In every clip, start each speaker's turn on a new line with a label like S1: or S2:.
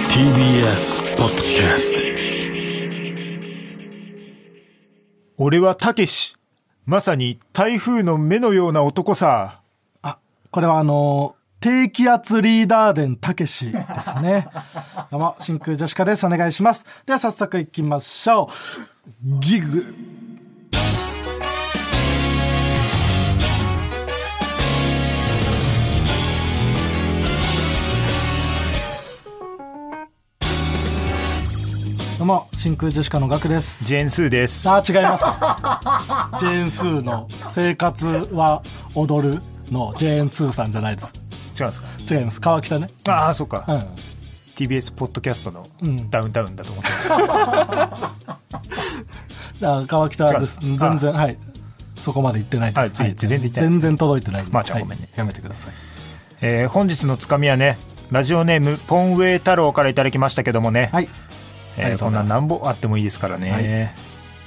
S1: TBS ポッドキャス
S2: 俺はたけし。まさに台風の目のような男さ。
S3: あ、これはあのー低気圧リーダー伝たけしですね。どうも、真空ジェシカです。お願いします。では早速行きましょう。ギグ。どうも、真空ジェシカのガクです。
S2: ジェーンスーです。
S3: あー違います ジェーン・スーの「生活は踊る」のジェーン・スーさんじゃないです
S2: 違うんですか
S3: 違います川北ね
S2: ああ、そうか、
S3: うん
S2: TBS ポッドキャストの
S3: ん
S2: ダウンタウンだと思って、
S3: あ川北です
S2: 違うん
S3: 全
S2: です
S3: 然はいそこまで行ってないです、
S2: はい全然全然行ってないです
S3: 全然届いてない
S2: まあじゃあ
S3: はい
S2: ごめんね
S3: やめてください
S2: えー本日のつかみはね、ラジオネーム、ポンウェイ太郎からいただきましたけどもね、
S3: はいあり
S2: えー
S3: がと
S2: こ
S3: うご
S2: ん
S3: ざい
S2: なん
S3: ます
S2: なんぼあってもいいですからね。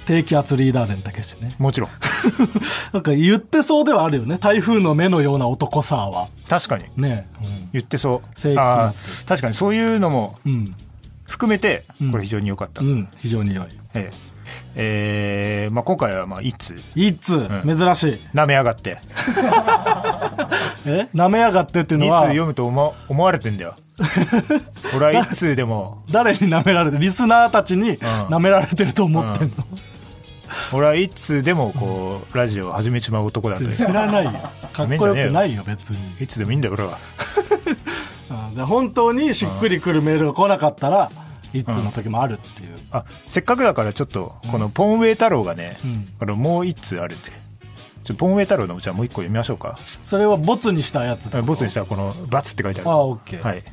S3: 低気圧リーダー伝たけしね
S2: もちろん。
S3: なんか言ってそうではあるよね台風の目のような男さは
S2: 確かに。
S3: ねうん
S2: 言ってそう
S3: 正。規の
S2: ああ
S3: やつ
S2: ー、確かにそういうのも
S3: うん、
S2: 含めて
S3: ん、
S2: これ非常に良かった。
S3: うん、非常に良い
S2: えーえーまあ、今回は、まあ、いつ、
S3: いつ、
S2: ん
S3: 珍しい
S2: 舐めやがって、
S3: え舐めやがってっていう
S2: い
S3: の
S2: つ
S3: は
S2: 読むと思思われてんだ よ。俺はいつでも
S3: 誰に舐められてリスナーたちに舐められてると思ってんの、
S2: 俺はいつでもこう、ラジオを始めちまう男だという
S3: 知らないよかっこよくないよ別に
S2: いつでもいいんだよ俺は
S3: うんじゃあ本当にしっくりくるメールが来なかったらいつの時もあるっていう、
S2: あせっかくだからちょっとこのポンウェイ太郎がね、
S3: うん
S2: これもう一通あるんでちょポンウェイ太郎のじゃあもう一個読みましょうか
S3: それはボツにしたやつだ
S2: ボツにしたらこの「バツって書いてある
S3: あオッケー
S2: はい、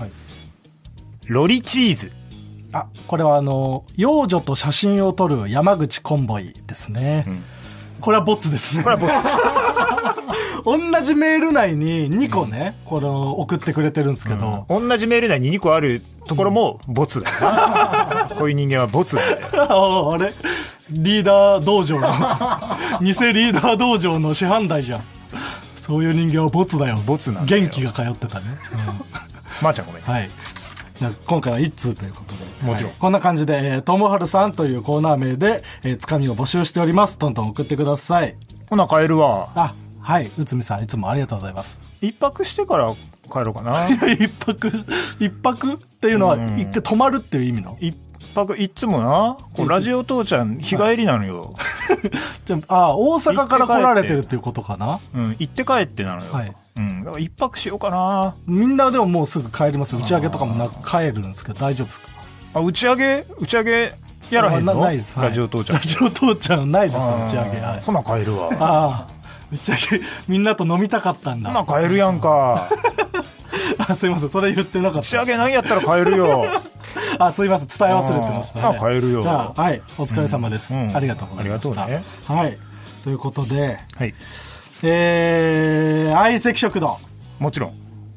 S3: はい
S2: ロリチーズ
S3: あこれはあの幼女と写真を撮る山口コンボイですね、
S2: ん
S3: これはボツですね
S2: これは ボツ
S3: 同じメール内に2個ね、この送ってくれてるんですけど、
S2: 同じメール内に2個あるところもボツだよなこういう人間はボツ なんだよ
S3: ああれリーダー道場の 偽リーダー道場の師範代じゃんそういう人間はボツだよ
S2: ボツなんだよ
S3: 元気が通ってたね、
S2: まー、ちゃんごめん、
S3: はいじゃあ今回は一通ということで
S2: もちろん
S3: はいこんな感じでえー「ともはるさん」というコーナー名で、えーつかみを募集しておりますどんどん送ってください
S2: ほな帰るわ
S3: あはい内海さんいつもありがとうございます
S2: 一泊してから帰ろうかな
S3: 一泊一泊っていうのは一回泊まるっていう意味の
S2: 一泊いっつもなこうラジオ父ちゃん日帰りなのよ、
S3: じゃああー大阪から来られてるっていうことかな
S2: うん、行って帰ってなのよ、
S3: はい
S2: うん、だから一泊しようかな
S3: みんなでももうすぐ帰りますよ打ち上げとかもなく帰るんですけど大丈夫 ですか
S2: あ打ち上げ打ち上げやらへんの
S3: あなないですはい
S2: ラジオ 父ちゃん
S3: ラジオ父ちゃんないです打ち上げ
S2: あ
S3: は
S2: ー
S3: い
S2: ほな帰るわ
S3: ああ打ち上げみんなと飲みたかったん
S2: ほな
S3: だ
S2: 帰るやん か
S3: あすいませんそれ言ってなかっ
S2: 打ち上げないんやったら帰るよ
S3: た あすいません伝え忘れてました、
S2: あ
S3: ね、
S2: ーあ帰るよ
S3: じゃあはいお疲れ様です、
S2: うんうん
S3: ありがとうございました
S2: ありがと
S3: はいということで
S2: はい
S3: えー相席食堂
S2: もちろん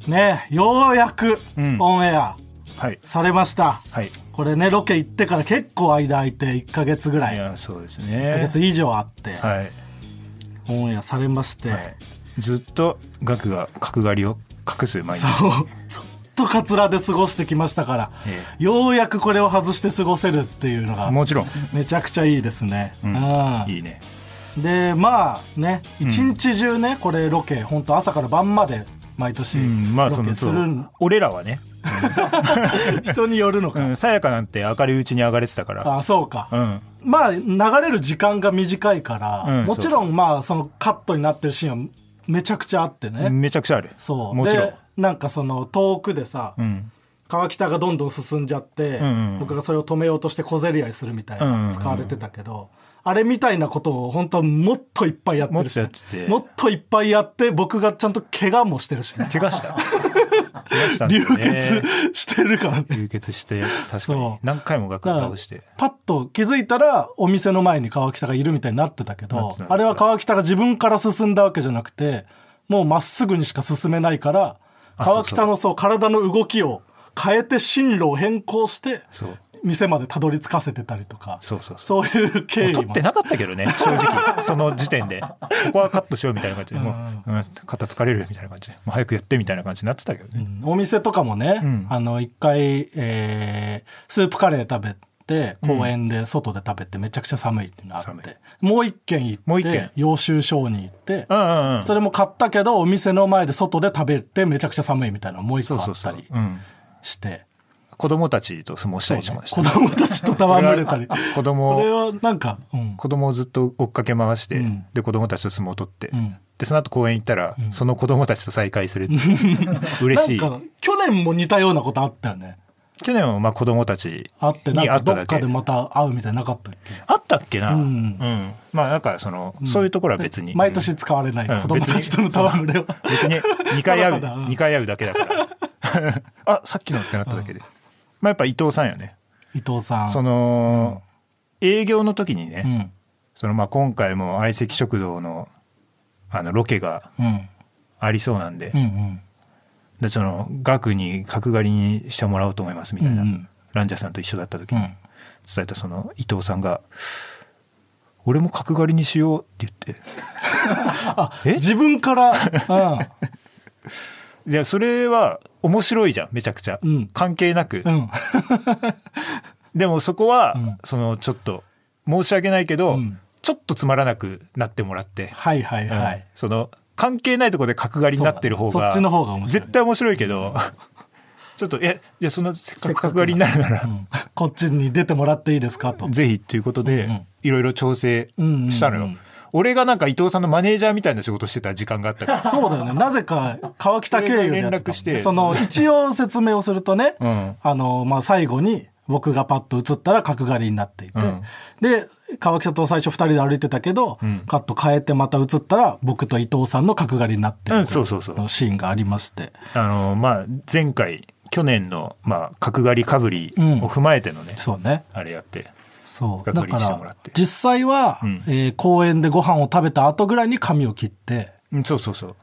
S3: ねようやく
S2: ん
S3: オンエア
S2: はい
S3: されました、
S2: はい
S3: これねロケ行ってから結構間空いて1か月ぐら
S2: い
S3: い1
S2: やそうです
S3: ヶ
S2: ね
S3: 月以上あって、
S2: はい、
S3: オンエアされまして、
S2: はい、ずっとガクが角刈りを隠す毎日
S3: そうずっとカツラで過ごしてきましたから、
S2: え
S3: ようやくこれを外して過ごせるっていうのが
S2: もちろん
S3: めちゃくちゃいいですね、うん
S2: いいね
S3: でまあね一日中ね、これロケ本当朝から晩まで毎年
S2: うんまあ
S3: ロ
S2: そ
S3: ケ
S2: の
S3: す
S2: そ
S3: る、
S2: う俺らはね
S3: 人によるの
S2: う
S3: か、
S2: んさやかなんて明るいうちに上がれてたから
S3: あそうか、
S2: うん
S3: まあ流れる時間が短いから、
S2: うん
S3: もちろんまあそのカットになってるシーンはめちゃくちゃあってね、
S2: めちゃくちゃある
S3: そう
S2: もちろん
S3: でなんかその遠くでさ、
S2: うん
S3: 川北がどんどん進んじゃって、
S2: んうんうん
S3: 僕がそれを止めようとして小競り合いするみたいな、
S2: うんうんうん
S3: 使われてたけどあれみたいなことを本当はもっといっぱいやってるし、
S2: もっとやってて
S3: もっといっぱいやって僕がちゃんと怪我もして るし、ね、
S2: 怪我 した怪我したんだ
S3: 流
S2: よね
S3: 血してるからね。
S2: 流血して確かに
S3: そう
S2: 何回も学
S3: だ
S2: 校
S3: から
S2: 倒して
S3: パッと気づいたらお店の前に川北がいるみたいになってた
S2: な
S3: け
S2: っ
S3: ど
S2: てたんですよ
S3: あれは川北が自分から進んだわけじゃなくてもうまっすぐにしか進めないから
S2: あそうそう
S3: 川北のそう体の動きを変えて進路を変更して
S2: そう
S3: 店までたどり着かせてたりとか
S2: そうそう
S3: そういう経緯
S2: 取ってなかったけどね正 直その時点でここはカットしようみたいな感じでもう、うん、肩疲れるよみたいな感じでもう早くやってみたいな感じになってたけどね、
S3: うんお店とかもね、
S2: うん
S3: あの一回、えースープカレー食べて公園で外で食べてめちゃくちゃ寒いっていうのあ
S2: 寒
S3: っ
S2: い
S3: て、もう一軒行って
S2: もう一軒
S3: 洋州商に行って、
S2: うん、うんうん
S3: それも買ったけどお店の前で外で食べてめちゃくちゃ寒いみたいなのもう一
S2: そう
S3: 個あ
S2: そう
S3: った
S2: そう
S3: り、
S2: うん、
S3: して
S2: 子供たちと相撲したりしました、
S3: 子供たちと戯れたり
S2: 子
S3: これ
S2: 供
S3: はなんか、うん、
S2: 子供をずっと追っかけ回して、
S3: うん
S2: で子供たちと相撲を取って、
S3: ん
S2: でその後公園行ったら、その子供たちと再会 するっていう嬉しい
S3: なんか去年も似たようなことあったよね
S2: 去年はまあ子供たち
S3: あってな
S2: に
S3: ん
S2: 会
S3: か
S2: った
S3: ど
S2: だ
S3: っ
S2: け
S3: かでまた会うみたいなのなかったっけ
S2: あったっけな、
S3: う
S2: うんんまあなんかその、そういうところは別に
S3: 毎年使われない
S2: うん
S3: 子供たちとの戯れは、
S2: 別に2回会
S3: まだまだう
S2: うん二回会うだけだから あさっきのってなっただけで、まあやっぱ伊藤さんよね
S3: 伊藤さん
S2: その、営業の時にね、
S3: うん
S2: そのまあ今回も相席食堂のあのロケが
S3: うん
S2: ありそうなんで,、
S3: うんうん
S2: でその額に角刈りにしてもらおうと思いますみたいな、
S3: うんうん
S2: ランジャーさんと一緒だった時
S3: う
S2: に
S3: ん
S2: 伝えたその伊藤さんが「俺も角刈りにしよう」って言って。え
S3: 自分から、う
S2: いや、それは面白いじゃん、めちゃくちゃ。
S3: うん
S2: 関係なく。
S3: ん、うん、
S2: でもそこは、
S3: うん
S2: その、ちょっと、申し訳ないけど、
S3: うん
S2: ちょっとつまらなくなってもらって、
S3: はいはいは
S2: うん
S3: い、
S2: その、関係ないところで角刈りになってる方が、
S3: そうだねそっちの方が面白い
S2: 絶対面白いけど、ちょっと、え、いや、その、せっかく角刈りになるなら、
S3: うんこっちに出てもらっていいですかと、
S2: ぜひということで、
S3: うんうん
S2: いろいろ調整したのよ。
S3: うんうんうん
S2: 俺がなんか伊藤さんのマネージャーみたいな仕事してた時間があったから。
S3: そうだよねなぜか川北経由でやってたもんね
S2: 連絡して
S3: その一応説明をするとね、
S2: うん
S3: あのまあ、最後に僕がパッと映ったら角刈りになっていて、
S2: うん
S3: で川北と最初2人で歩いてたけど、
S2: ん
S3: カット変えてまた映ったら僕と伊藤さんの角刈りになって る
S2: うんそうそうそう
S3: のシーンがありまして
S2: あの、まあ、前回、去年の、まあ、角刈りかぶりを踏まえてのね、
S3: そうね
S2: あれやって。
S3: そう
S2: がっ
S3: だ
S2: かり
S3: か
S2: してもら
S3: ら
S2: って
S3: 実際は、
S2: うん
S3: えー公園でご飯を食べた後ぐらいに髪を切って
S2: うんそうそうそう。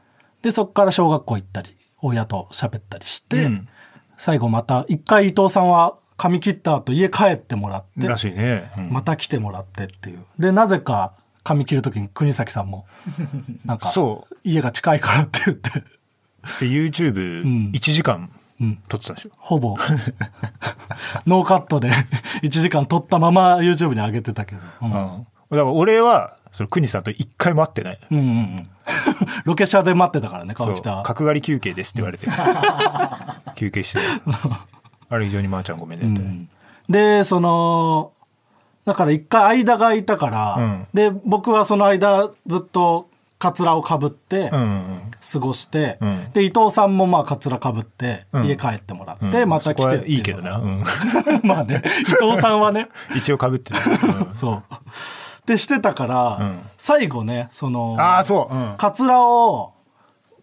S3: でそこから小学校行ったり親と喋ったりして、
S2: うん
S3: 最後また一回伊藤さんは髪切った後家帰ってもらって
S2: らしいね。うん
S3: また来てもらってっていうでなぜか髪切 る時に国崎さんもなんか
S2: そう
S3: 家が近いからって言って、
S2: で、
S3: ん
S2: YouTube1 時間
S3: うん、
S2: 撮ってたんでしょ。
S3: ほぼノーカットで1時間撮ったまま YouTube に上げてたけど、うん
S2: うんだから俺は、その、国さんと一回も会ってない。
S3: うんうんうん ロケ車で待ってたからね
S2: そ
S3: 川
S2: う。
S3: 北は
S2: 角刈り休憩ですって言われ て。休憩して。あれ非常にまーちゃんごめんねって。
S3: でそのだから一回間が空いたから、
S2: うん
S3: で僕はその間ずっとカツラをかぶって
S2: うんうんうん。
S3: 過ごして、
S2: うん
S3: で伊藤さんもまあカツラかぶって
S2: うん
S3: 家帰ってもらって、
S2: うん
S3: また来
S2: そこ
S3: て
S2: は
S3: って
S2: いいうけ
S3: の
S2: ど
S3: が
S2: な。うん
S3: まあね伊藤さんはね
S2: 一応かぶ ってる。うん
S3: そうでしてたから、
S2: うん
S3: 最後ねその
S2: ああ、そう。うん
S3: カツラを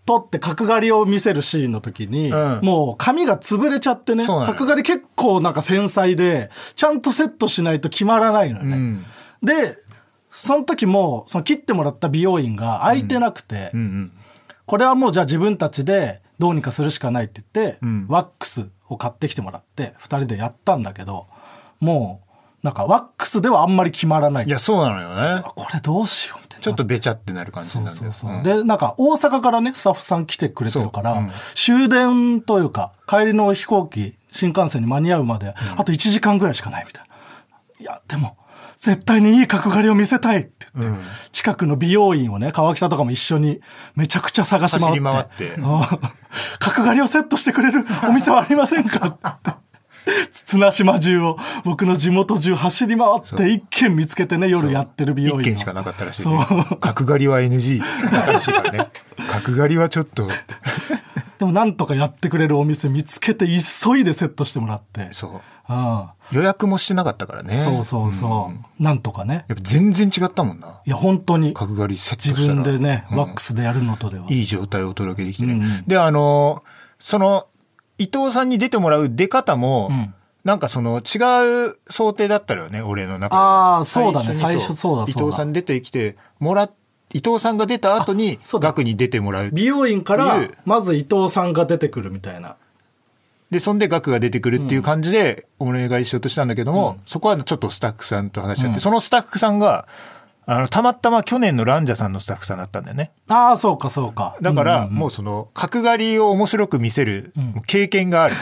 S3: 取って角刈りを見せるシーンの時に、
S2: うん
S3: もう髪が潰れちゃってね、
S2: そうなのよ
S3: 角刈り結構なんか繊細で、ちゃんとセットしないと決まらないのよね。
S2: うん
S3: で、その時も、その切ってもらった美容院が空いてなくて、
S2: うんうん。
S3: これはもうじゃあ自分たちでどうにかするしかないって言って、
S2: うん
S3: ワックスを買ってきてもらって、二人でやったんだけど、もう、なんかワックスではあんまり決まらない。
S2: いや、そうなのよね。
S3: これどうしようみたいな。
S2: ちょっとべちゃってなる感じ
S3: そ
S2: に
S3: う
S2: なるんだ
S3: そ
S2: よ
S3: うそう、
S2: うん
S3: でなんか大阪からねスタッフさん来てくれてるから、
S2: そううん
S3: 終電というか帰りの飛行機新幹線に間に合うまで、あと1時間ぐらいしかないみたいないやでも絶対にいい角刈りを見せたいって言って、
S2: うん
S3: 近くの美容院をね川北とかも一緒にめちゃくちゃ探し回って
S2: 走り回って
S3: うん 角刈りをセットしてく れるお店はありませんかって綱島中を僕の地元中走り回って一軒見つけてね夜やってる美容院を
S2: 一件しかなかったらしい、
S3: そう
S2: ね、角刈りは NG らしいからね角刈りはちょっとって
S3: でもなんとかやってくれるお店見つけて急いでセットしてもらって。
S2: そう
S3: うん。
S2: 予約もしてなかったからね
S3: そうそうそう。なんとかね。
S2: やっぱ全然違ったもんない
S3: や、本当に
S2: 角刈りセット
S3: 自
S2: したら
S3: 分でね、
S2: うん
S3: ワックスでやるのとでは。
S2: いい状態をお届けできてる、
S3: うんうん
S2: であのーその伊藤さんに出てもらう出方も、
S3: うん
S2: なんかその違う想定だったのよね俺の中で
S3: あーそうだね
S2: に
S3: 最初そうだそうだ
S2: 伊藤さん出てきてもら伊藤さんが出た後に
S3: そうだ
S2: 額に出てもらう
S3: 美容院から
S2: っていう、
S3: まず伊藤さんが出てくるみたいな。
S2: でそんで額が出てくるっていう感じでお願いしようとしたんだけども、そこはちょっとスタッフさんと話し合って、そのスタッフさんがあのたまたま去年のランジャさんのスタッフさんだったんだよね
S3: ああそうかそうか
S2: だからもうその角刈りを面白く見せるもう経験 がある、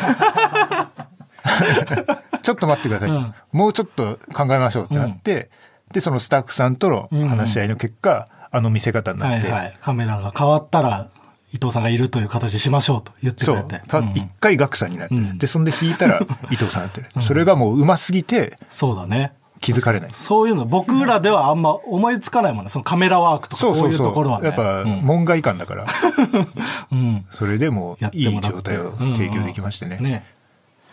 S2: ちょっと待ってくださいと、
S3: うん
S2: もうちょっと考えましょうってなって、でそのスタッフさんとの話し合いの結果、あの見せ方に
S3: は
S2: なっ
S3: い
S2: て、
S3: はいカメラが変わったら伊藤さんがいるという形にしましょうと言ってく
S2: そ
S3: れ
S2: う
S3: て
S2: た
S3: うん
S2: 一回ガクさんになって、
S3: ん
S2: でそんで弾いた ら伊藤さんになってる、それがもううますぎて
S3: そうだね
S2: 気づかれない
S3: そういうの僕らではあんま思いつかないもんねそのカメラワークとか
S2: そう
S3: そ
S2: そうう
S3: いう
S2: そう
S3: ところはね
S2: やっぱ門外観だから、
S3: うん
S2: それでも
S3: やっ
S2: い
S3: ても
S2: い
S3: らって
S2: 状態を提供できましてね,、
S3: ね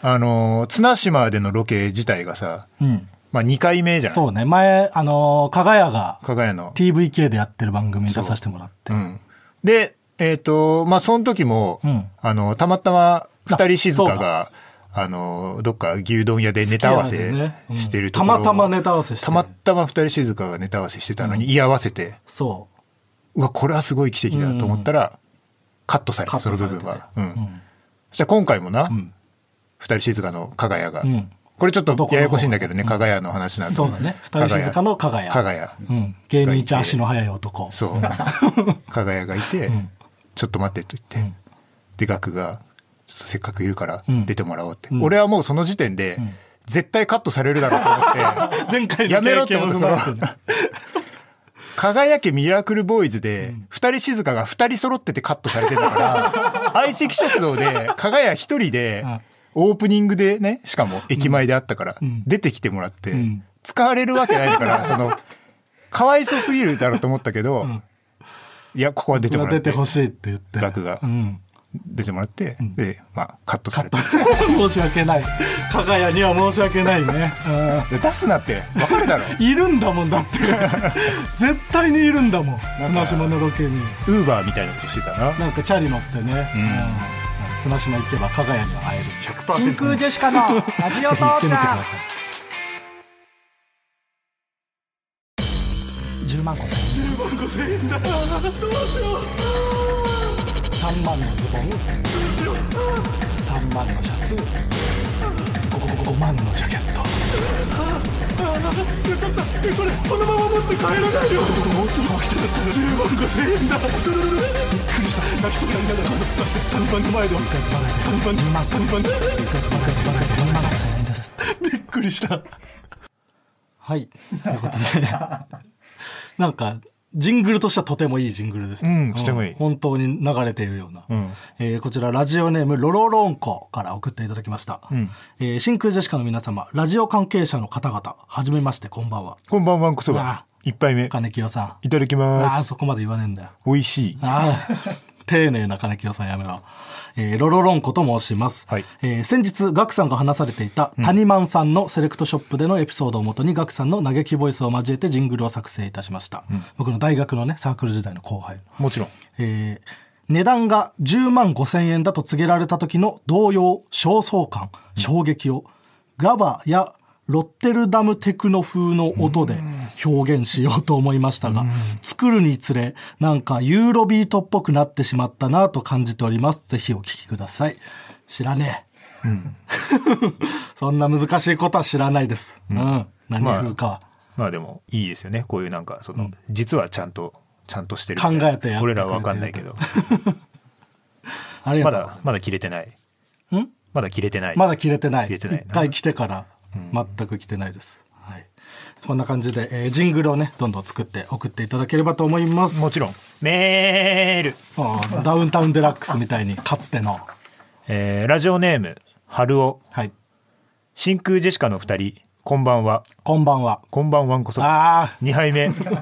S2: あの綱島でのロケ自体がさ、
S3: うん
S2: まあ、2回目じゃん
S3: そうね前あのー加賀屋が
S2: 加賀屋の
S3: TVK でやってる番組に出させてもらって
S2: うん、でえっ、とまあその時も、
S3: うん
S2: あのたまたま二人静
S3: あ
S2: 香
S3: そう
S2: があのどっか牛丼屋でネタ合わせしてるところを、
S3: たまたまネタ合わせして
S2: たまたま二人静香がネタ合わせしてたのに居合わせて、
S3: そう
S2: わこれはすごい奇跡だと思ったら、カットされ
S3: カ
S2: た
S3: ット
S2: そ
S3: され
S2: の
S3: てて
S2: 部分は、うん
S3: ん
S2: そしたら今回もな、
S3: ん
S2: 二人静香の加賀屋が、
S3: うん
S2: これちょっとややこしいんだけどね加賀屋の話なん
S3: う
S2: で
S3: そうだね二人静香の加賀屋
S2: 加賀屋
S3: う、うん、芸人一足の速い 男
S2: そう。加賀屋がいて、ちょっと待ってと言って、で、ガクが、ちょっとせっかくいるから
S3: ん
S2: 出てもらおうって。俺はもうその時点で、絶対カットされるだろうと思 って、
S3: 前回の
S2: やめろって思って、その
S3: 経験を踏まえてね、
S2: 輝けミラクルボーイズで、二人静かが二人揃っててカットされてた から、相席食堂で、輝や一人で
S3: ん、
S2: オープニングでね、しかも駅前であったから、出てきてもらって、使われるわけないから、そ の、かわいそうすぎるだろうと思ったけど、いや、ここは出てもらっ
S3: 出
S2: て
S3: て、ほしいって言って
S2: 額が
S3: うん、
S2: 出てもらって、で、まあ、カットされて。
S3: 申し訳ない加賀屋には申し訳ないね、
S2: で 出すなって、わかる だろ。
S3: うん、いるんだもんだって 絶対にいるんだもん綱島のロケに
S2: ウーバーみたいなことしてたな。
S3: なんかチャリ乗ってね、うん綱島行けば加賀屋には会える
S2: 100%。
S4: 空ジェシカのラジオ
S3: ぜひ行って
S4: 父
S3: みて
S4: ち
S3: く
S4: ゃん
S3: ださい10万5千円10万5千円だどうしよう3万のズボンどうしよう3万のシャツ 5, 万のジャケットびっくりしたはいということでなんかジングルとしてはとてもいいジングルでした、
S2: うんとてもいい
S3: 本当に流れているような、
S2: ん
S3: えーこちらラジオネームロロロンコから送っていただきました、えー真空ジェシカの皆様ラジオ関係者の方々はじめましてこんばんは
S2: こんばんは、クソ
S3: あ
S2: ば。一杯目。
S3: 金清さん
S2: いただき
S3: あ
S2: ま
S3: あ
S2: す。
S3: そこまで言わねえんだよ
S2: 美味しい。
S3: ああ、丁寧な金清さんやめろ。えーロロロンコと申します、
S2: はい
S3: えー先日ガクさんが話されていた谷マンさんのセレクトショップでのエピソードをもとにガクさんの嘆きボイスを交えてジングルを作成いたしました、僕の大学のねサークル時代の後輩
S2: もちろん。
S3: えー値段が10万5千円だと告げられた時の動揺、焦燥感、衝撃を、ガバやロッテルダムテクノ風の音で表現しようと思いましたが、作るにつれ、なんかユーロビートっぽくなってしまったなと感じております。ぜひお聞きください。知らねえ。 そんな難しいことは知らないです。うん。何風かは。
S2: まあでもいいですよねこういうなんかその、実はちゃんとちゃんとしてる
S3: 考えてやってくれてる
S2: 俺らは分かんないけど
S3: ありが
S2: ま
S3: とうございます
S2: だまだ切れてないまだ切れてない
S3: まだ切れてない。
S2: 切れてない
S3: 一回来てから、全く来てないです。はい。こんな感じで、えージングルをね、どんどん作って送っていただければと思います。
S2: もちろんメール、
S3: あー。ダウンタウンデラックスみ たいに、かつての。
S2: えーラジオネーム春尾
S3: はい。
S2: 真空ジェシカの二人こんばんは
S3: こんばんは。
S2: こんばんはんこそ
S3: あ
S2: 二杯目うん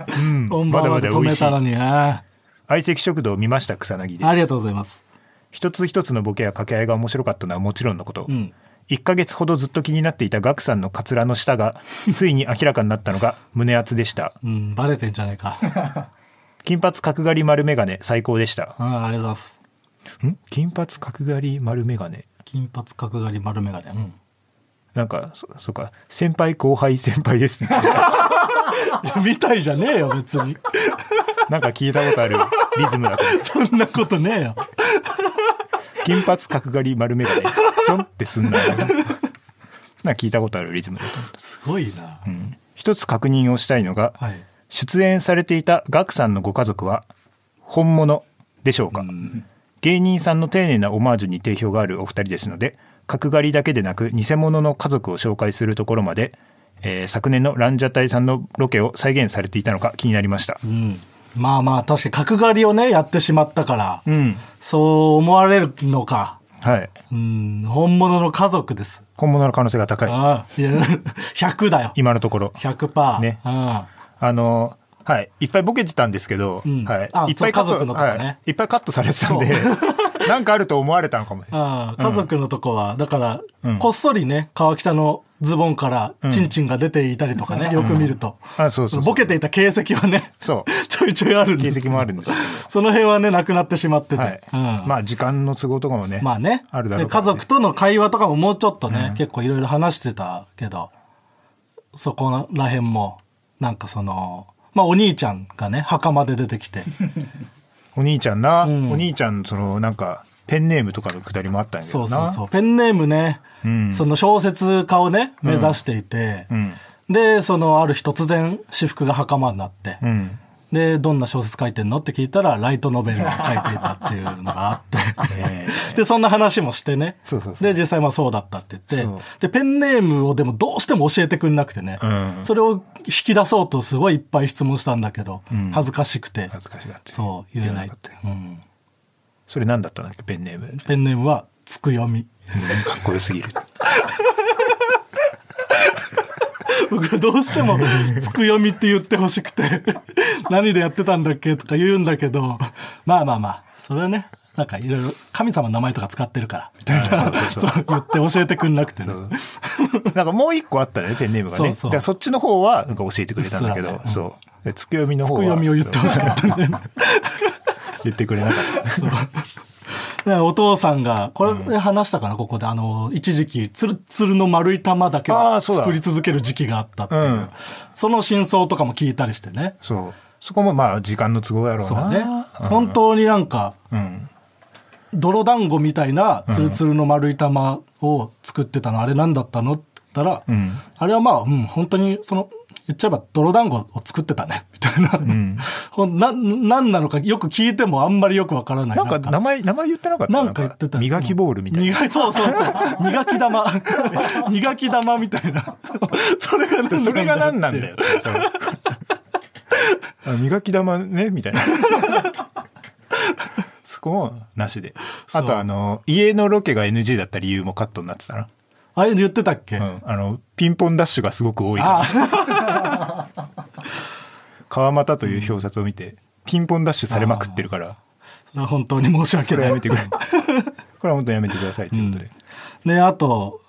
S3: あ、こんばんは
S2: ま
S3: で
S2: だ
S3: 止
S2: まだ美
S3: め
S2: 味しい
S3: たのに、あ
S2: 相席食堂見ました草薙です
S3: ーありがとうございます。
S2: 一つ一つのボケや掛け合いが面白かったのはもちろんのこと、
S3: ん
S2: 一1ヶ月ほどずっと気になっていたガクさんのカツラの下 がついに明らかになったのが胸熱でした
S3: うん、バレてんじゃないか。あ
S2: 金髪角刈り丸眼鏡最高でした
S3: あ、ありがとうございます。
S2: ん金髪角刈り丸眼鏡
S3: 金髪角刈り丸眼鏡。 うん。
S2: なんかそそうか先輩後輩先輩 ですね
S3: みたいじゃねえよ、別 に。
S2: なんか聞いたことあるリズムだと思う
S3: そんなことねえよ。
S2: 金髪角刈り丸眼鏡ちょんってすんな よなんか聞いたことあるリズムだと思った
S3: すごいな、
S2: 一つ確認をしたいのが、
S3: はい
S2: 出演されていたガクさんのご家族は本物でしょうか、芸人さんの丁寧なオマージュに定評があるお二人ですので角刈りだけでなく偽物の家族を紹介するところまで、えー昨年のランジャタイさんのロケを再現されていたのか気になりました、
S3: うんまあまあ確かに角刈りをねやってしまったから、
S2: ん
S3: そう思われるのか
S2: はい
S3: うん本物の家族です、
S2: 本物の可能性が高い
S3: ああいや 100だよ
S2: 今のところ
S3: 100パー、
S2: ね
S3: うん
S2: あのはいいっぱいボケてたんですけど、
S3: ん
S2: はい
S3: あ
S2: いっぱいカッ
S3: そう家
S2: ト
S3: 族のとこね
S2: はい、いっぱいカットされてたんでなんかあると思われたのかもしれない
S3: ああ家族のとこは、だから、
S2: うん
S3: こっそりね川北のズボンからチンチンが出ていたりとかね、よく見ると、
S2: あそうそうそう
S3: ボケていた形跡はね
S2: そう
S3: ちょいちょいあるんで
S2: 形
S3: すけ
S2: 跡
S3: ど
S2: もあるんですけど
S3: その辺はねなくなってしまってて、
S2: はい
S3: うん
S2: まあ時間の都合とかもね、
S3: まあね
S2: あるだろう
S3: で
S2: から
S3: 家
S2: ね
S3: 族との会話とかももうちょっとね、結構いろいろ話してたけどそこら辺もなんかそのまあお兄ちゃんがね袴で出て きて
S2: お兄ちゃんな、
S3: ん
S2: お兄ちゃんそのなんかペンネームとかのくだりもあったんやけど
S3: そ
S2: な
S3: うそうそうペンネームね、
S2: ん
S3: その小説家をね目指していて、
S2: ん
S3: でそのある日突然私服が袴になって、
S2: うん
S3: でどんな小説書いてんのって聞いたらライトノベルを書いていたっていうのがあって。
S2: え
S3: でそんな話もしてね
S2: そうそうそう
S3: で実際まあそうだったって言
S2: そ
S3: っ
S2: う
S3: てでペンネームをでもどうしても教えてくんなくてね、
S2: うん
S3: それを引き出そうとすごいいっぱい質問したんだけど、
S2: ん
S3: 恥ずかしくて
S2: 恥ずかしがって
S3: そう言え
S2: 言わ
S3: ない
S2: なかったよ
S3: うん
S2: それ何だったんだっけペンネーム
S3: ペンネームは「つくよ み
S2: かっこよすぎる」
S3: 僕どうして も「つくよみ」って言ってほしくて「 何でやってたんだっけ?」とか言うんだけどまあまあまあそれはねなんかいろいろ神様の名前とか使ってるからみたいな
S2: あそうそうそう
S3: そう言って教えてくんなくてね
S2: そうなんかもう一個あったねペンネームがね
S3: そうそう
S2: だからそっちの方はなんか教えてくれたんだけど
S3: うっすらねうん
S2: そうで月読みの
S3: つ
S2: 方は
S3: くよみを言ってほしかったんだよね
S2: 言ってくれなかった
S3: だからお父さんがこれ話したかな、ここであの一時期つるつるの丸い玉だけ
S2: あ
S3: を
S2: ーそうだ
S3: 作り続ける時期があったっていう
S2: うん
S3: その真相とかも聞いたりしてね
S2: そうそこもまあ時間の都合やろう
S3: そうね、
S2: な
S3: 本当になんか
S2: うん
S3: 泥団子みたいなつるつるの丸い玉を作ってたの、あれ何だったのって言ったら、
S2: ん
S3: あれはまあ、うん、本当にその言っちゃえば泥団子を作ってたねみたいな、 ほん、な何なのかよく聞いてもあんまりよくわからない
S2: なんか名前名前言ってなかった
S3: なんか言ってた。
S2: 磨きボールみたいな
S3: 磨きそうそう そう。磨き玉。磨き玉みたいな。それが何なんだ
S2: それが何なんだ
S3: っ
S2: よ。それあ磨き玉ね、みたい な。そこもなしで。
S3: そ
S2: あ
S3: う
S2: と、あの、家のロケが NG だった理由もカットになってたな。
S3: てああいうの言ってたっけ、
S2: うん。あの、ピンポンダッシュがすごく多いから
S3: ああ、
S2: 川又という表札を見て、ピンポンダッシュされまくってるから、
S3: それは本当に申し訳
S2: これや
S3: ない。
S2: め てくれ。これは本当にやめてくださいということで。
S3: で、あと、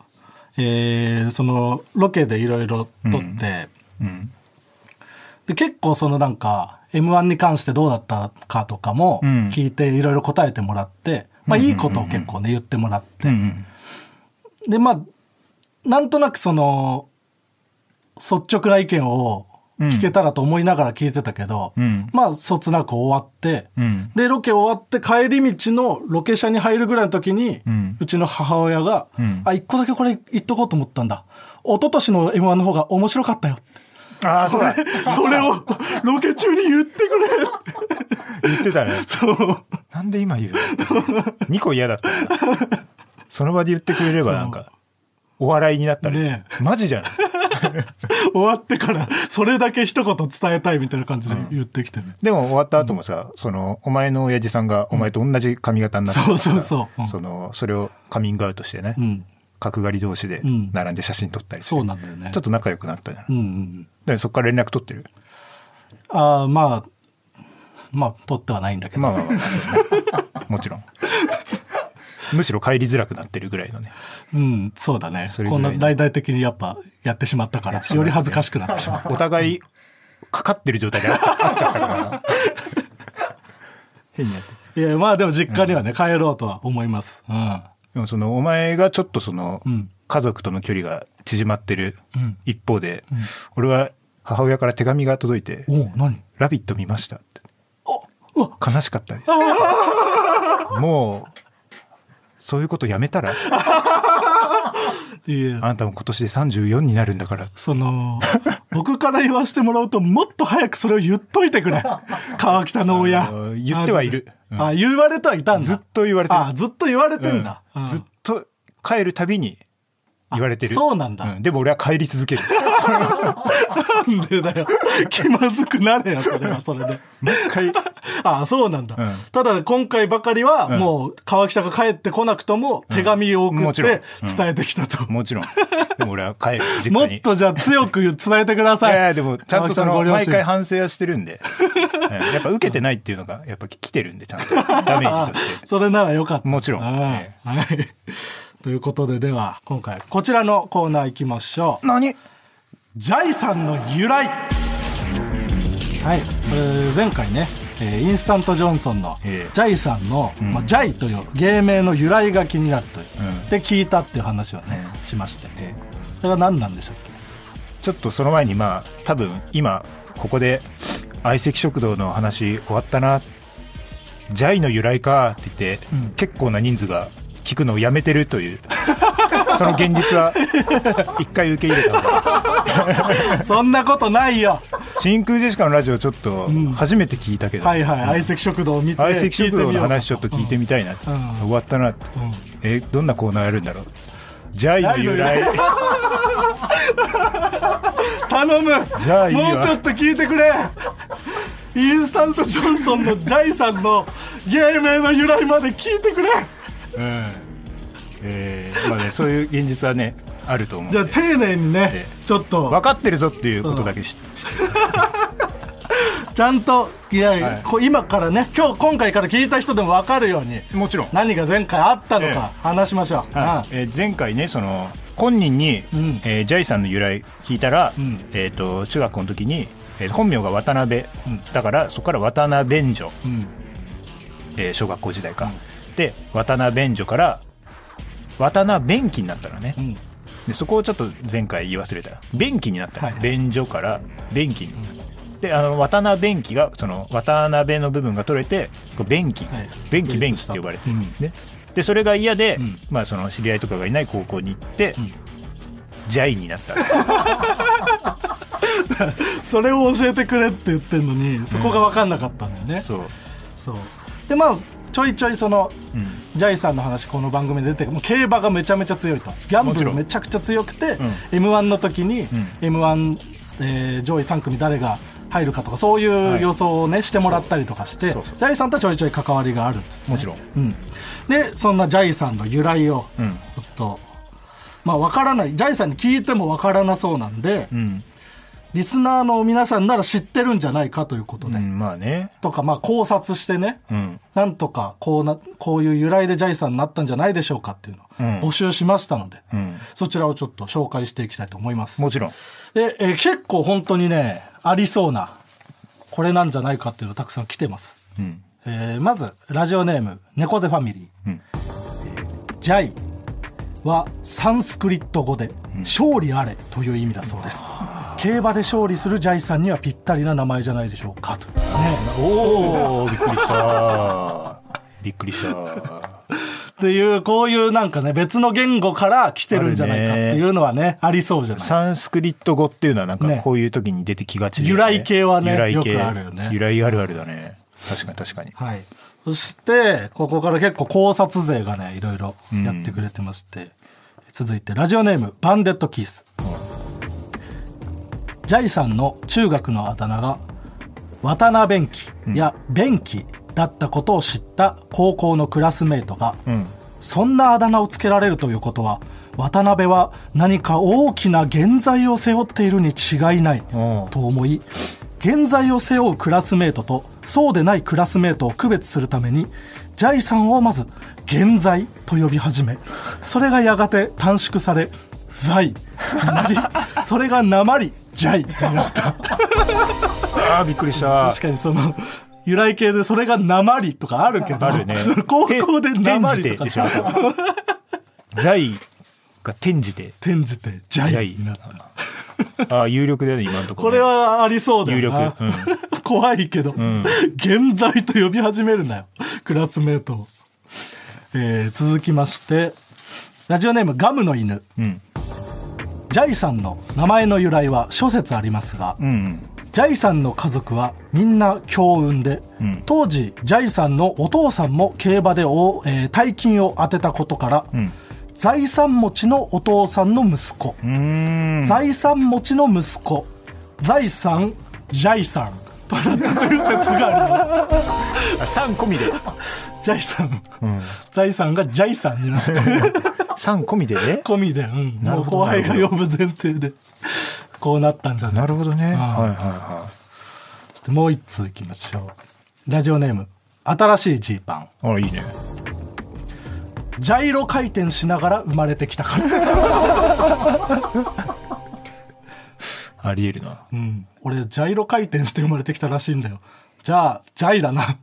S3: えーその、ロケでいろいろ撮って、
S2: うん。
S3: で、結構そのなんか、M1 に関してどうだったかとかも
S2: うん
S3: 聞いていろいろ答えてもらって、まあいいことを結構ね、言ってもらって。
S2: うんうん。
S3: でまあなんとなくその率直な意見を聞けたらと思いながら聞いてたけど、
S2: うん
S3: まあそつなく終わって、
S2: うん
S3: でロケ終わって帰り道のロケ車に入るぐらいの時に、う
S2: うん
S3: ちの母親が「
S2: うん
S3: あ一個だけこれ言っとこうと思ったんだ一昨年の m 1の方が面白かったよ」
S2: ああ、そうだ。
S3: それをロケ中に言ってくれ
S2: 言ってたね。
S3: そう
S2: なんで今言うの ?2 個嫌だったよなその場で言ってくれればなんか、お笑いになったり、
S3: ね
S2: マジじゃない
S3: 終わってからそれだけ一言伝えたいみたいな感じで言ってきてね、
S2: でも終わった後もさ、その、お前の親父さんがお前と同じ髪型になってたから
S3: そうそうそううん
S2: その、それをカミングアウトしてね、
S3: ん
S2: 角刈り同士で
S3: ん
S2: 並んで写真撮ったりして、
S3: そうなんだよね
S2: ちょっと仲良くなったじゃん。
S3: うんうんうん
S2: でそっから連絡取ってる。
S3: ああまあまあ取ってはないんだけど、
S2: まあまあまあそうね、もち ろん。むしろ帰りづらくなってるぐらいのね。
S3: うんそうだね
S2: それぐ
S3: こ
S2: ら
S3: ん
S2: い
S3: な
S2: の
S3: 大々的にやっぱやってしまったからより恥ずかしくなってしまう
S2: お互い、かかってる状態で会っ ちゃ会っちゃったから。変になってる。
S3: いやまあでも実家にはね、帰ろうとは思いますうん
S2: でもそのお前がちょっとその
S3: ん
S2: 家族との距離が縮まってる一方で、俺は母親から手紙が届いて
S3: おう何
S2: 「ラビット!」見ましたって
S3: あうわ
S2: 悲しかったです。もうそういうことやめた ら、
S3: いえ
S2: あなたも今年で34になるんだから。
S3: その僕から言わせてもらうともっと早くそれを言っといてくれ川北の親
S2: あの言ってはいる
S3: ああ言われてはいたんだ
S2: ずっと言われてる
S3: あずっと言われてんだ、
S2: う
S3: うんん
S2: ずっと帰るたびに言われてる。
S3: あそうなんだ
S2: でも俺は帰り 続ける。
S3: なんでだよ気まずくなれよそれはそれで
S2: 毎回、
S3: ああそうなんだ、
S2: うん
S3: ただ今回ばかりは
S2: ん
S3: もう川北が帰ってこなくとも手紙を送
S2: も
S3: っ
S2: ちろんう
S3: て
S2: ん
S3: 伝えてきたと、
S2: もちろん。でも俺は帰る。実家に
S3: もっとじゃあ強く伝えてく だ
S2: い
S3: さい
S2: やいやでもちゃんとそ
S3: 川北
S2: の
S3: ご両
S2: 毎
S3: 親
S2: 回反省はしてるんでええやっぱ受けてないっていうのがやっぱ来てるんでちゃんとダメージとして
S3: それならよかった。
S2: もちろん
S3: あ
S2: え
S3: あはい。 ということで、では、今回、こちらのコーナー行きましょう。
S2: 何
S3: ジャイさんの由来。はい。えー前回ね、えーインスタントジョンソンのジ
S2: ええ
S3: ャイさんの、まあ、ジャイという芸名の由来が気になるという、で聞いたっていう話をね、しまして、
S2: ええ
S3: それが何なんでしたっ
S2: ちょっとその前にまあ多分今ここで相席食堂の話終わったなジャイの由来かって言って、結構な人数が聞くのをやめてると いうその現実は一回受け入れた方が
S3: け そんなことないよ
S2: 真空ジェシカのラジオちょっと初めて聞いたけど、
S3: はいはい相席食堂を見て
S2: 相席食堂の話ち
S3: 聞
S2: ょ
S3: い
S2: ってと聞
S3: みよう
S2: いてみたいなって、
S3: うん
S2: 終わったなって、えどんなコーナーやるんだろうジャイの由来
S3: 頼む
S2: じゃあいいわ
S3: もうちょっと聞いてくれインスタントジョンソンのジャイさんの芸名の由来まで聞いてくれ
S2: えーまあねそういう現実はねあると思う
S3: じゃあ丁寧にね
S2: え
S3: ちょっ
S2: 分
S3: と
S2: かってるぞっていうことだけし、
S3: ちゃんといや、
S2: はい
S3: こう今からね今日今回から聞いた人でも分かるように
S2: もちろん、
S3: 何が前回あったのか
S2: え
S3: 話しましょう、
S2: はいえー前回ねその本人に、
S3: ん
S2: えージャイさんの由来聞いたら、
S3: ん
S2: えー、と中学校の時に、えー本名が渡辺、だからそこから渡辺便所、
S3: うんうん
S2: えー小学校時代か、で渡辺便所から渡辺便器になったのね、
S3: うん
S2: でそこをちょっと前回言い忘れた便器になった、
S3: はい
S2: 便所から便器に、であの渡辺便器がその渡辺の部分が取れてこう便器、
S3: はい
S2: 便器
S3: 独
S2: 便
S3: 立
S2: 器っ
S3: してた
S2: 呼ばれて、
S3: うん
S2: ね、でそれが嫌で、
S3: ん
S2: まあ、その知り合いとかがいない高校に行って、
S3: ん
S2: ジャイにな った
S3: それを教えてくれって言ってんのにそこが分かんなかったんだよね、
S2: そう、
S3: そうでまあちょいちょいその
S2: うん
S3: ジャイさんの話この番組で出てもう競馬がめちゃめちゃ強いとギャン
S2: も
S3: ブ
S2: ち
S3: ル
S2: ろん
S3: めちゃくちゃ強くて、m 1の時に、m 1、えー上位3組誰が入るかとかそうい
S2: は
S3: う
S2: い
S3: 予想をね、してもらったりとかして
S2: そうそうそう
S3: ジャイさんとちょいちょい関わりがあるんです、
S2: もちろん、
S3: うん、でそんなジャイさんの由来を、
S2: うん
S3: ちょっとまあわからないジャイさんに聞いてもわからなそうなんで、
S2: うん
S3: リスナーの皆さんなら知ってるんじゃないかということ
S2: う
S3: で、
S2: んまあね
S3: とかまあ考察してね、
S2: うん
S3: なんとかこうなこういう由来でジャイさんになったんじゃないでしょうかっていうのを
S2: うん
S3: 募集しましたので、
S2: うん
S3: そちらをちょっと紹介していきたいと思います
S2: もちろん
S3: で、えー結構本当にねありそうなこれなんじゃないかっていうのたくさん来てます、
S2: うん
S3: えーまずラジオネーム「猫背ファミリー」
S2: うん
S3: ジャイ」はサンスクリット語で「勝利あれ」という意味だそうです、競馬で勝利するジャイさんにはぴったりな名前じゃないでしょうかとね
S2: おおびっくりした びっくりした
S3: っていう、こういうなんかね、別の言語から来てるんじゃないかっていうのはね、ありそうじゃない
S2: サンスクリット語っていうのはなんか
S3: ね
S2: こういう時に出てきがちだ
S3: 由来系はね
S2: 由来系
S3: よくあるよね
S2: 由来あるあるだね確かに確かに
S3: はい。そして、ここから結構考察勢がね、いろいろやってくれてまして、続いて、ラジオネーム、バンデットキース。ジャイさんの中学のあだ名が、渡辺便器や便器だったことを知った高校のクラスメイトが、
S2: うん
S3: そんなあだ名をつけられるということは渡辺は何か大きな原罪を背負っているに違いない
S2: おう
S3: と思い原罪を背負うクラスメートとそうでないクラスメートを区別するためにジャイさんをまず原罪と呼び始めそれがやがて短縮され罪にな りそれが鉛ジャイになった
S2: ああびっくりした
S3: 確かにその由来系でそれが鉛とかあるけど
S2: あるね
S3: その高校で
S2: て転じ
S3: 鉛
S2: て
S3: とか
S2: でしょ在が転じて
S3: 転じてジャイ
S2: ジャイ
S3: になった
S2: ああ有力だよね今のとこ
S3: こ
S2: ろね、
S3: れはありそうだよな、
S2: 有
S3: 怖いけど、現在と呼び始めるなよクラスメートをえー続きましてラジオネームガムの犬、
S2: ん
S3: ジャイさんの名前の由来は諸説ありますが、
S2: うんうん
S3: ジャイさんの家族はみんな強運で、
S2: ん
S3: 当時ジャイさんのお父さんも競馬でお、えー大金を当てたことから、
S2: ん
S3: 財産持ちのお父さんの息子、
S2: うーん
S3: 財産持ちの息子財産ジャイさんとなったという説がありま
S2: 3込みで
S3: すジャイさん、財産がジャイさんになった
S2: 3込みでね
S3: 込みで、うん、
S2: な
S3: も
S2: る
S3: う
S2: ほど
S3: 後輩が呼ぶ前提でこうなったんじゃない
S2: なるほどねはい
S3: あー
S2: はいは
S3: もう一通いきましょうラジオネーム新しいジーパン
S2: いあらいいね
S3: ジャイロ回転しながら生まれてき たから、
S2: ありえるな
S3: うん、俺ジャイロ回転して生まれてきたらしいんだよじゃあジャイだな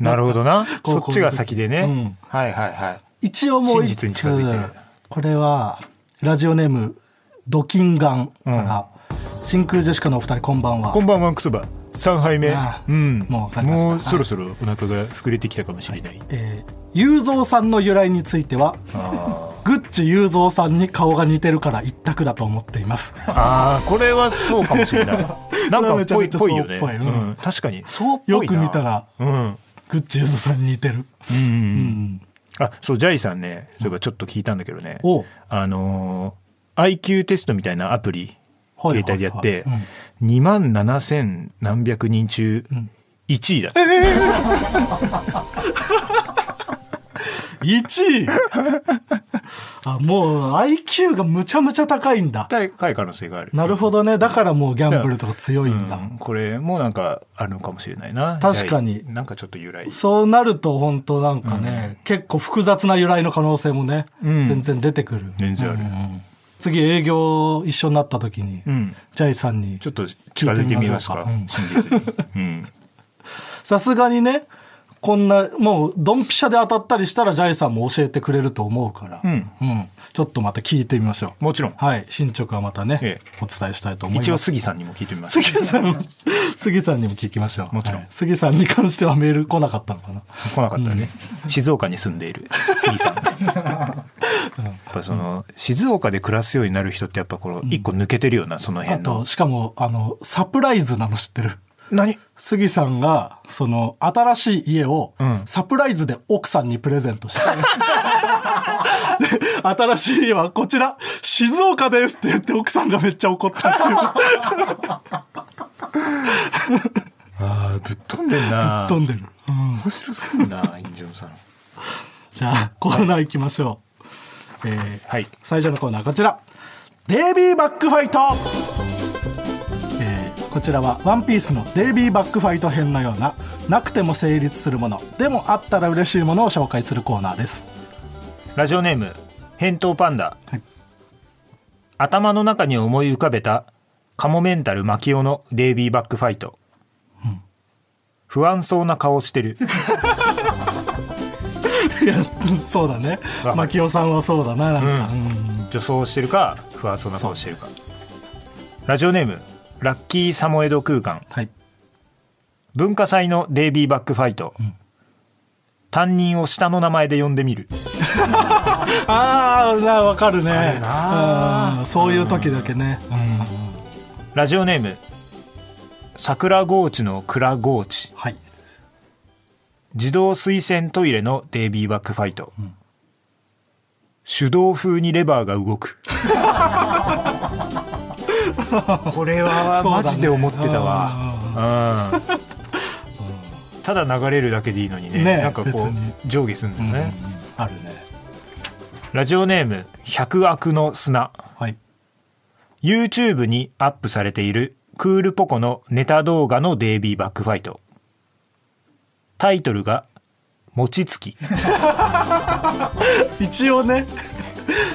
S2: なるほどなそ
S3: 高校の時
S2: っちが先でね、
S3: うん
S2: はいはいはい
S3: 一応もう一
S2: 真実
S3: 通
S2: に近づいてる
S3: これはラジオネームドキンガンから、真空ジェシカのお二人こんばんは
S2: こんばんはクソバ3杯目
S3: ああ
S2: うん
S3: もうわかりました
S2: もうそろそろお腹が膨れてきたかもしれない、
S3: えー、雄三さんの由来についてはグッチ雄三さんに顔が似てるから一択だと思っています
S2: ああこれはそうかもしれない なんかっぽい
S3: めちゃめちゃ
S2: ぽいよ
S3: そう
S2: ね
S3: っぽいうん
S2: うん確かにそうっぽい
S3: よ
S2: な
S3: く見たら
S2: うんうん
S3: グッチ雄三さんに似てる
S2: うんうんあそうジャイさんねそういえばちょっと聞いたんだけどね
S3: おう
S2: あのー IQ テストみたいなアプリ
S3: はいはいはい
S2: 携帯でやって
S3: うん
S2: 2万7千何百人中1位だった、
S3: 1位あもう IQ がむちゃむちゃ高いんだ
S2: 高い可能性がある
S3: なるほどねだからもうギャンブルとか強いんだ、
S2: うんこれもなんかあるのかもしれないな
S3: 確かに
S2: ジャイなんかちょっと由来
S3: そうなると本当なんかね、結構複雑な由来の可能性もね、
S2: ん
S3: 全然出てくる
S2: 全然ある
S3: ん次営業一緒になった時に、
S2: うん
S3: ジャイさんに
S2: ちょっと近づいてみますか
S3: 聞い
S2: 真実に、うん、
S3: さすがにねこんなもうドンピシャで当たったりしたらジャイさんも教えてくれると思うから、
S2: うん
S3: ちょっとまた聞いてみましょう
S2: もちろん
S3: はい進捗はまたね、
S2: ええ
S3: お伝えしたいと思います
S2: 一応杉さんにも聞いてみます
S3: 杉さん、杉さんにも聞きましょう。
S2: もちろん
S3: はい杉さんに関してはメール来なかったのかな。
S2: 来なかったね、静岡に住んでいる杉 さんやっぱその静岡で暮らすようになる人ってやっぱこの一個抜けてるようなその
S3: あ
S2: 辺の
S3: と、しかも、あの、サプライズなの知ってる。
S2: 何
S3: 杉さんが、その、新しい家を
S2: ん、
S3: サプライズで奥さんにプレゼントして。で新しい家はこちら、静岡ですって言って奥さんがめっちゃ怒ったっていう。
S2: あぶっ 飛んでんな
S3: 飛んでる。うん
S2: 面白そうなインジョンさん
S3: じゃあ、コーナー行きましょう。えー
S2: はい
S3: 最初のコーナーこちらデイビーバックファイト、えーこちらは「ワンピースのデイビーバックファイト編のようななくても成立するものでもあったら嬉しいものを紹介するコーナーです
S2: ラジオネーム返答パンダ、
S3: はい
S2: 頭の中に思い浮かべたカモメンタルマキオのデイビーバックファイト、不安そうな顔してる
S3: いや そうだね
S2: わかる
S3: マキオさんはそうだななんか、
S2: うん
S3: うん
S2: 女装してるか不安そうな顔してるかラジオネームラッキーサモエド空間
S3: はい
S2: 文化祭のデイビーバックファイト、担任を下の名前で呼んでみる
S3: あーなわかるね
S2: あるな
S3: うんそういう時だけね、うん
S2: ラジオネーム桜ゴーチの蔵ゴーチ
S3: はい
S2: 自動水洗トイレのデイビーバックファイト、手動風にレバーが動くこれは
S3: そう
S2: マ
S3: だね
S2: ジで思ってたわ、うんただ流れるだけでいいのにね
S3: ね
S2: なんかこ
S3: 別に
S2: う上下するんですね、
S3: あるね
S2: ラジオネーム百悪の砂
S3: はい
S2: YouTube にアップされているクールポコのネタ動画のデイビーバックファイトタイトルが「餅つき」
S3: 一応ね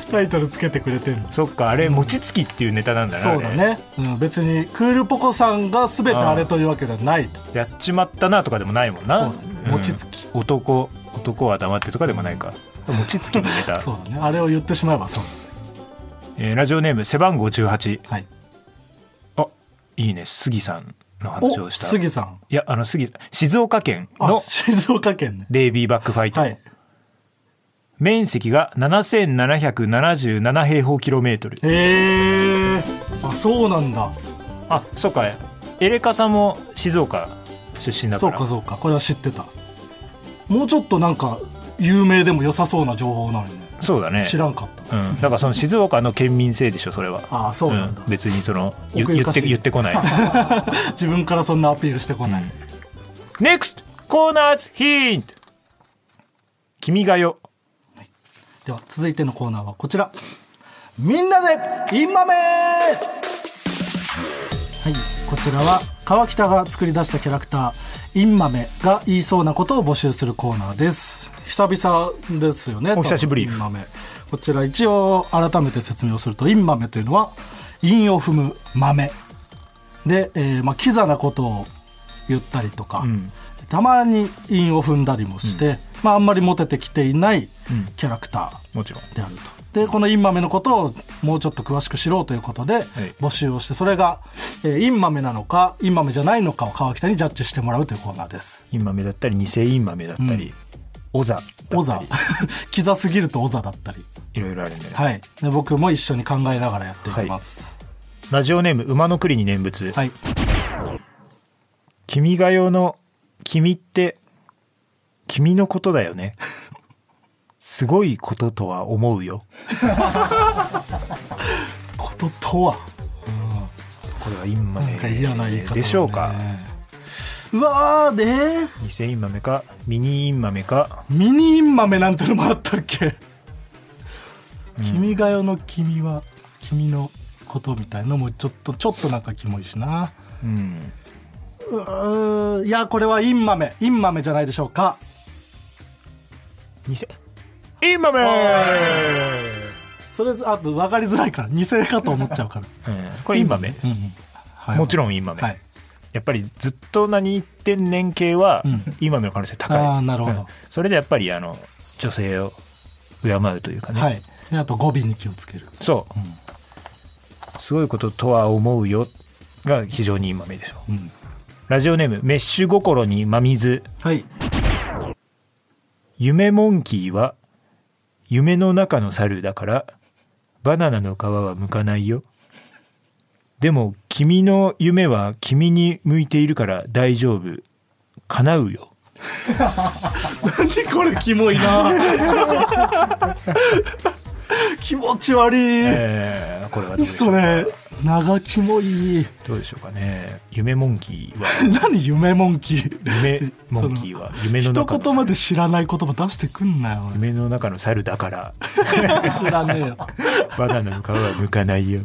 S3: タイトルつけてくれてる
S2: そっかあれ餅つきっていうネタなんだな
S3: そうだ
S2: あれ
S3: ね、うん、別にクールポコさんが全てあれというわけではないと
S2: やっちまったなとかでもないもんな
S3: そうだね餅つき
S2: うん男男は黙ってとかでもないか餅つきのネタ、
S3: そうだねあれを言ってしまえばそう
S2: えーラジオネーム背番号18
S3: だはい
S2: あいいね杉さんの話
S3: お
S2: をした
S3: 杉さん
S2: いやあの杉静岡県
S3: あ
S2: の
S3: 静岡県ね
S2: デイビーバックファイト、
S3: はい
S2: 面積が7777平方キロメートル
S3: へえあそうなんだ
S2: あそうかエレカさんも静岡出身だか
S3: そう
S2: ら
S3: かそうかこれは知ってたもうちょっとなんか有名でも良さそうな情報なのにね
S2: そうだね
S3: 知らんかった
S2: うん、だからその静岡の県民性でしょそれは
S3: ああそうなんだ
S2: ん、別にそのゆ
S3: 奥
S2: 言
S3: ゆ
S2: っ
S3: か
S2: て
S3: しい
S2: 言ってこない
S3: 自分からそんなアピールしてこない、
S2: NEXT コーナーズヒント君が代
S3: では続いてのコーナーはこちらみんなでインマメはいこちらは川北が作り出したキャラクターインマメが言いそうなことを募集するコーナーです久々ですよね
S2: お久しぶり
S3: インマメこちら一応改めて説明をするとインマメというのは韻を踏む豆で、えーまあ、キザなことを言ったりとか、たまに韻を踏んだりもして、まあ、あんまりモテてきていないキャラクター、
S2: もちろん
S3: であると。でこのインマメのことをもうちょっと詳しく知ろうということで募集をしてそれが、えーインマメなのかインマメじゃないのかを川北にジャッジしてもらうというコーナーです。
S2: インマメだったり偽インマメだったり、オザだったり
S3: オザ キザすぎるとオザだったり、
S2: いろいろあるんだよね、
S3: はい、で僕も一緒に考えながらやっていきます。
S2: ラジオネーム馬の栗に念仏、
S3: はい、
S2: 君が代の君って君のことだよねすごいこととは思うよ
S3: こととは
S2: これはインマ
S3: なんか嫌な言い
S2: メ
S3: 方、ね、
S2: でしょうか、。
S3: うわーで
S2: 偽インマメかミニインマメか
S3: ミニインマメなんてのもあったっけ、君が代の君は君のことみたいのもちょっとちょっとなんかキモいしな。
S2: うん
S3: うーんいやこれはインマメインマメじゃないでしょうか
S2: 偽インマメ
S3: それあと分かりづらいから偽かと思っちゃうから、
S2: うんこれインマメ、
S3: うんうんはい、
S2: もち
S3: ろ
S2: ろんインマメ、
S3: はい
S2: やっぱりずっと何言ってんねん系は
S3: うん
S2: インマメの可能性高い、
S3: あーなるほど
S2: うんそれでやっぱりあの女性を敬うというかね、
S3: はいであと語尾に気をつける
S2: そう、すごいこととは思うよが非常にインマメでしょう、
S3: ん
S2: ラジオネームメッシュ心に真水
S3: はい
S2: 夢モンキーは夢の中の猿だからバナナの皮は剥かないよでも君の夢は君に向いているから大丈夫叶うよ
S3: 何これキモい な気持ち悪い、
S2: えー、これはどうでしょ
S3: そうれ長キモい
S2: どうでしょうかね夢モンキーは
S3: 何夢モンキー
S2: 夢モンキーは夢の
S3: 一
S2: 中の
S3: 言ま
S2: 猿
S3: で知らない言葉出してくんなよ
S2: 夢の中の猿だから
S3: 俺知らねえよ
S2: バナナの皮は剥かないよ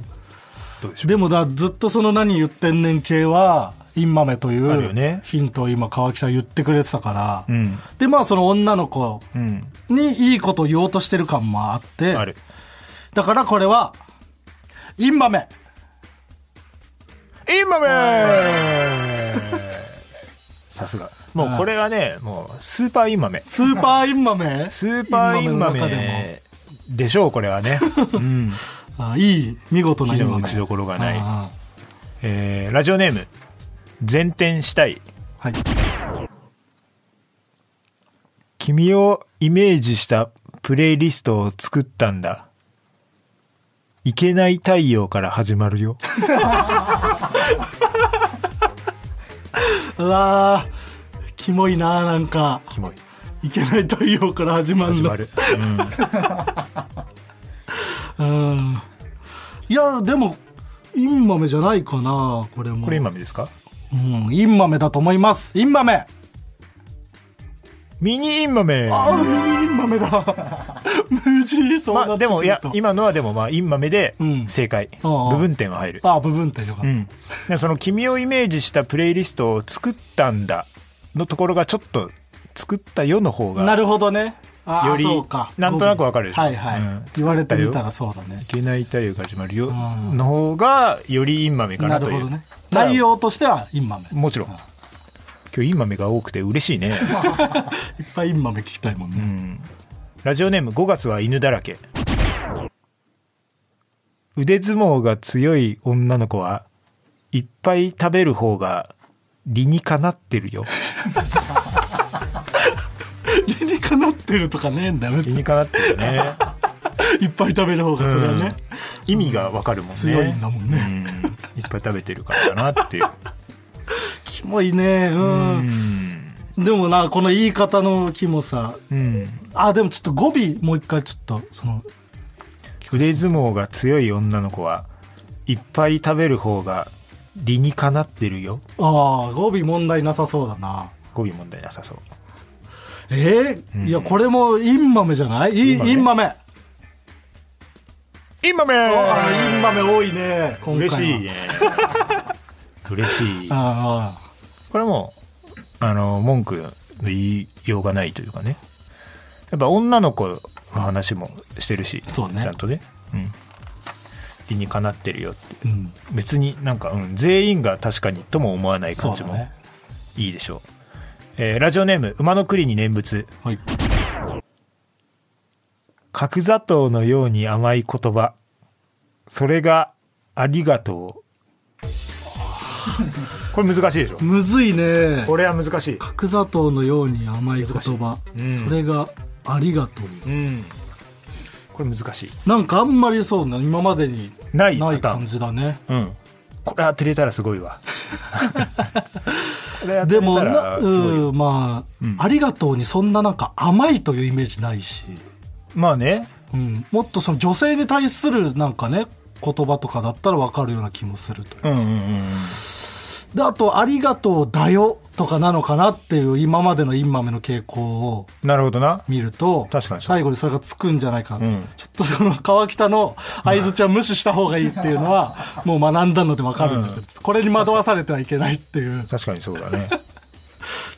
S2: どうでしょう
S3: でもだずっとその何言ってんねん系はインマメとい
S2: あるよね
S3: うヒントを今川北言ってくれてたから、
S2: うん
S3: でまあその女の子
S2: うん
S3: にいいことを言おうとしてる感もあって
S2: ある
S3: だからこれはインマメ
S2: インマメ さすがもうこれはねもうスーパーインマメ
S3: スーパーインマメ
S2: スーパーインマ
S3: の中で
S2: メでしょうこれは ね、うん、
S3: もあいい見事な
S2: 火
S3: イン
S2: の
S3: マ
S2: 打
S3: メ
S2: ちどころがない、
S3: あ
S2: えーラジオネーム前転したい
S3: あはい
S2: 君をイメージしたプレイリストを作ったんだいけない太陽から始まるよ
S3: うわーキモいななんか
S2: キモい
S3: いけない太陽から始まる
S2: 始
S3: の
S2: まる、うん
S3: うんいやでもインマメじゃないかなこれも
S2: これインマメですか
S3: うん、インマメだと思います。インマメ。
S2: ミニインマメ
S3: あ、ミニインマ メだ。無事そうな
S2: まあ
S3: ってくると
S2: でもいや今のはでもまあインマメで
S3: うん
S2: 正解、
S3: ああ
S2: 部分点は入る
S3: あ、部分点よかっ
S2: う
S3: た。
S2: ん、でその「君をイメージしたプレイリストを作ったんだ」のところがちょっと「作ったよ」の方
S3: な
S2: が
S3: るほどね。あー
S2: より
S3: そうか
S2: なんとなくわかるでしょ
S3: はいはい。
S2: うん
S3: 言われてみたらそうだね
S2: 「い。けない太陽が始まるよ」
S3: ん
S2: の方がよりインマメかな
S3: なる
S2: とい
S3: ほ
S2: う
S3: どね。
S2: ただ
S3: 内容としてはインマメ。いっ
S2: もちろん今日インマメが多くて嬉しい ね、
S3: ぱいインマメ聞きたいもん
S2: う
S3: ね。
S2: ん、ラジオネーム「5月は犬だらけ」腕相撲が強い女の子はいっぱい食 べる方が理にかなってるよ
S3: 理にかなってるとかねえんだよ別
S2: 理
S3: に
S2: にかなってるね
S3: いっぱい食べる方がそれはね、
S2: 意味がわかるもんね
S3: 強いんだもんね
S2: うんいっぱい食べてるからだなっていう
S3: キモいねうん
S2: うん
S3: でもなこの言い方のキモさ
S2: うん
S3: あでもちょっと語尾もう一回ちょっとその
S2: 腕相撲が強い女の子はいっぱい食べる方が理にかなってるよ
S3: ああ語尾問題なさそうだな
S2: 語尾問題なさそう
S3: えーいやこれもインマメじゃないインイ
S2: イ
S3: ン
S2: ン
S3: マメ
S2: インマメ
S3: あーインマメ多いね今回
S2: 嬉
S3: は
S2: しいね 嬉しいこ
S3: ああ
S2: れはもうあの文句の言いようがないというかねやっぱ女の子の話もしてるし
S3: そうね
S2: ちゃんとね、うん、理にかなってるよって
S3: うん
S2: 別になんか、うん、全員が確かにとも思わない感
S3: そう
S2: じ
S3: だ
S2: も
S3: ね
S2: いいでしょうえーラジオネーム馬の栗に念仏
S3: はい
S2: 角砂糖のように甘い言葉それがありが とうこれ難しいでしょ
S3: むずいね
S2: これは難しい
S3: 角砂糖のように甘い言葉、
S2: 難しいうん
S3: それがありがとう
S2: うんこれ難しい
S3: なんかあんまりそうな今までに
S2: ない
S3: な
S2: パ
S3: い
S2: ターン
S3: 感じだね
S2: うんこれ当てれたらすごい わこれ当て
S3: で
S2: れ
S3: も
S2: た
S3: な
S2: らすごいよ
S3: うんまあ、
S2: うん
S3: ありがとうにそんななんか甘いというイメージないし、
S2: まあね
S3: うん、もっとその女性に対するなんかね言葉とかだったら分かるような気もするとい
S2: う
S3: う
S2: んうんうん
S3: であと「ありがとうだよ」とかなのかなっていう今までのインマメの傾向を
S2: なるほどな
S3: 見ると
S2: 確かにそう
S3: 最後にそれがつくんじゃないかな、
S2: うん
S3: ちょっとその川北の相づちは無視した方がいいっていう のはもう学んだので分かるんだけ
S2: う
S3: ど、
S2: ん
S3: これに惑わされてはいけないっていう
S2: 確かにそうだね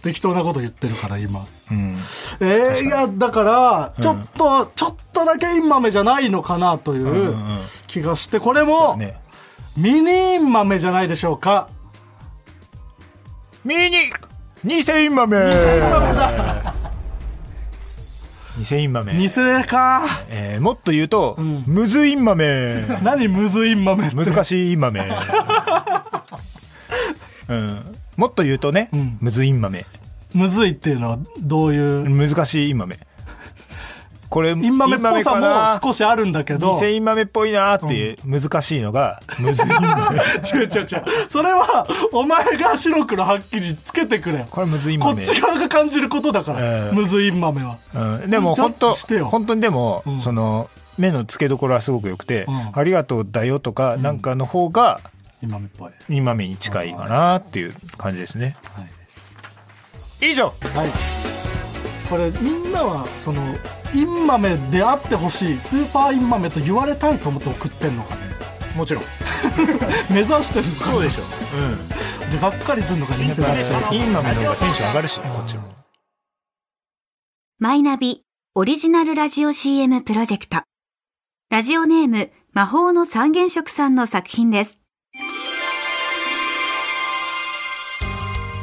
S3: 適当なこと言ってるから今
S2: うん
S3: えー、いやだからちょっと、ちょっとだけインマメじゃないのかなとい
S2: んう
S3: うん
S2: うん
S3: 気がしてこれも、
S2: ね
S3: ミニインマメじゃないでしょうか
S2: ミニ2000円 豆2000円豆
S3: 偽か
S2: えーもっと言うと、
S3: ん
S2: むずいん豆
S3: 何むずインマメって
S2: 難しい 豆うんもっと言うとね、
S3: ん
S2: むずいん豆
S3: むずいっていうのはどういう
S2: 難しいん豆これ
S3: インマメっぽさも少しあるんだけど
S2: 2000円豆っぽいなーっていう、難しいのがむずいん豆
S3: 違う違う違うそれはお前が白黒はっきりつけてくれよ
S2: これむずいん
S3: こ
S2: 豆
S3: っち側が感じることだから、
S2: うん
S3: むずいん豆は
S2: うんでも
S3: ちょ
S2: 本
S3: っと
S2: 当
S3: してよ
S2: 本当にでも、
S3: ん
S2: その目の付けどころはすごく良くて、
S3: うん
S2: ありがとうだよとかなんかの方が
S3: インマメっぽい
S2: 今目に近いかなっていう感じですね。
S3: はい
S2: 以上
S3: はい、これみんなはそのインマメであってほしいスーパーインマメと言われたいと思って送ってんのかね
S2: もちろん
S3: 目指してるのか
S2: そうでしょう。
S3: でがっかりするのか
S2: う
S3: 人
S2: ん。
S3: 生がっかりするのか
S2: 今目の方がテンション上がるしねこっちも。
S4: マイナビオリジナルラジオ CM プロジェクト。ラジオネーム魔法の三原色さんの作品です。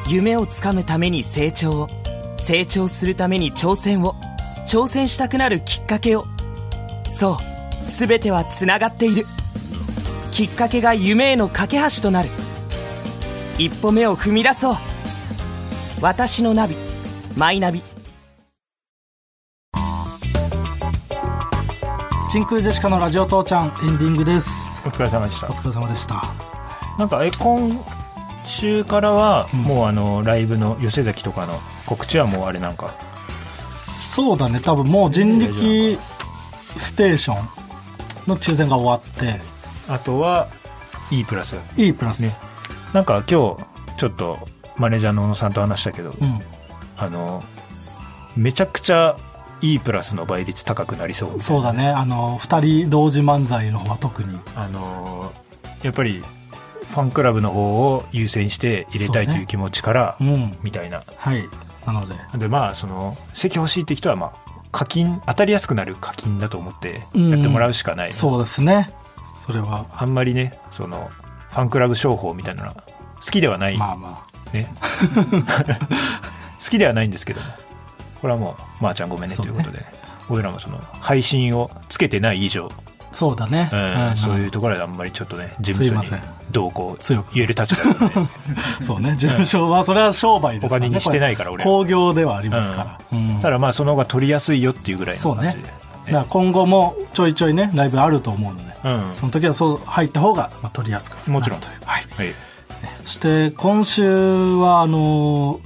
S5: 夢をつかむために成長を成長するために挑戦を挑戦したくなるきっかけをそう全てはつながっているきっかけが夢への架け橋となる一歩目を踏み出そう私のナビマイナビ
S3: 真空ジェシカのラジオ父ちゃんエンディングです
S2: お疲れ様でし
S3: お
S2: た。
S3: 疲れ様でした
S2: なんかえ今週からはもうあのライブの吉崎とかの告知はもうあれなんか
S3: そうだね多分もう人力ステーションの抽選が終わって
S2: あとは E プラス。
S3: いいプラス、
S2: ねなんか今日ちょっとマネージャーの小野さんと話したけど、
S3: う
S2: あのめちゃくちゃ E プラスの倍率高くなりそうん
S3: そうだねあの2人同時漫才の方は特に
S2: あのやっぱりファンクラブの方を優先して入れたい
S3: そ
S2: と
S3: うね
S2: いう気持ちから、
S3: うん
S2: みたいな
S3: はいなので
S2: でまあその席欲しいって人はまあ課金当たりやすくなる課金だと思ってやってもらうしかない、
S3: そうですねそれは
S2: あんまりねそのファンクラブ商法みたいなのは好きではない、
S3: まあまあ
S2: ね 好きではないんですけどもこれはもうまー、ちゃんごめんねということで、ね俺らもその配信をつけてない以上
S3: そうだね、
S2: うんそう
S3: う
S2: い
S3: ん
S2: うところであんまりちょっとね事務所に
S3: すいません
S2: どうこう
S3: 強く
S2: 言える立場だからね
S3: そうね事務所はそれは商売ですから、ね、
S2: お金にしてないから
S3: こ
S2: 俺
S3: れ
S2: ら
S3: 興行ではありますから、うん
S2: ただまあその方が取りやすいよっていうぐらい
S3: そ
S2: の
S3: う
S2: 感
S3: ね
S2: じで
S3: だから今後もちょいちょいねライブあると思うので、
S2: うん
S3: その時はそう入った方がまあ取りやすくなるという
S2: もちろん
S3: はい、
S2: はい
S3: そして今週はあのー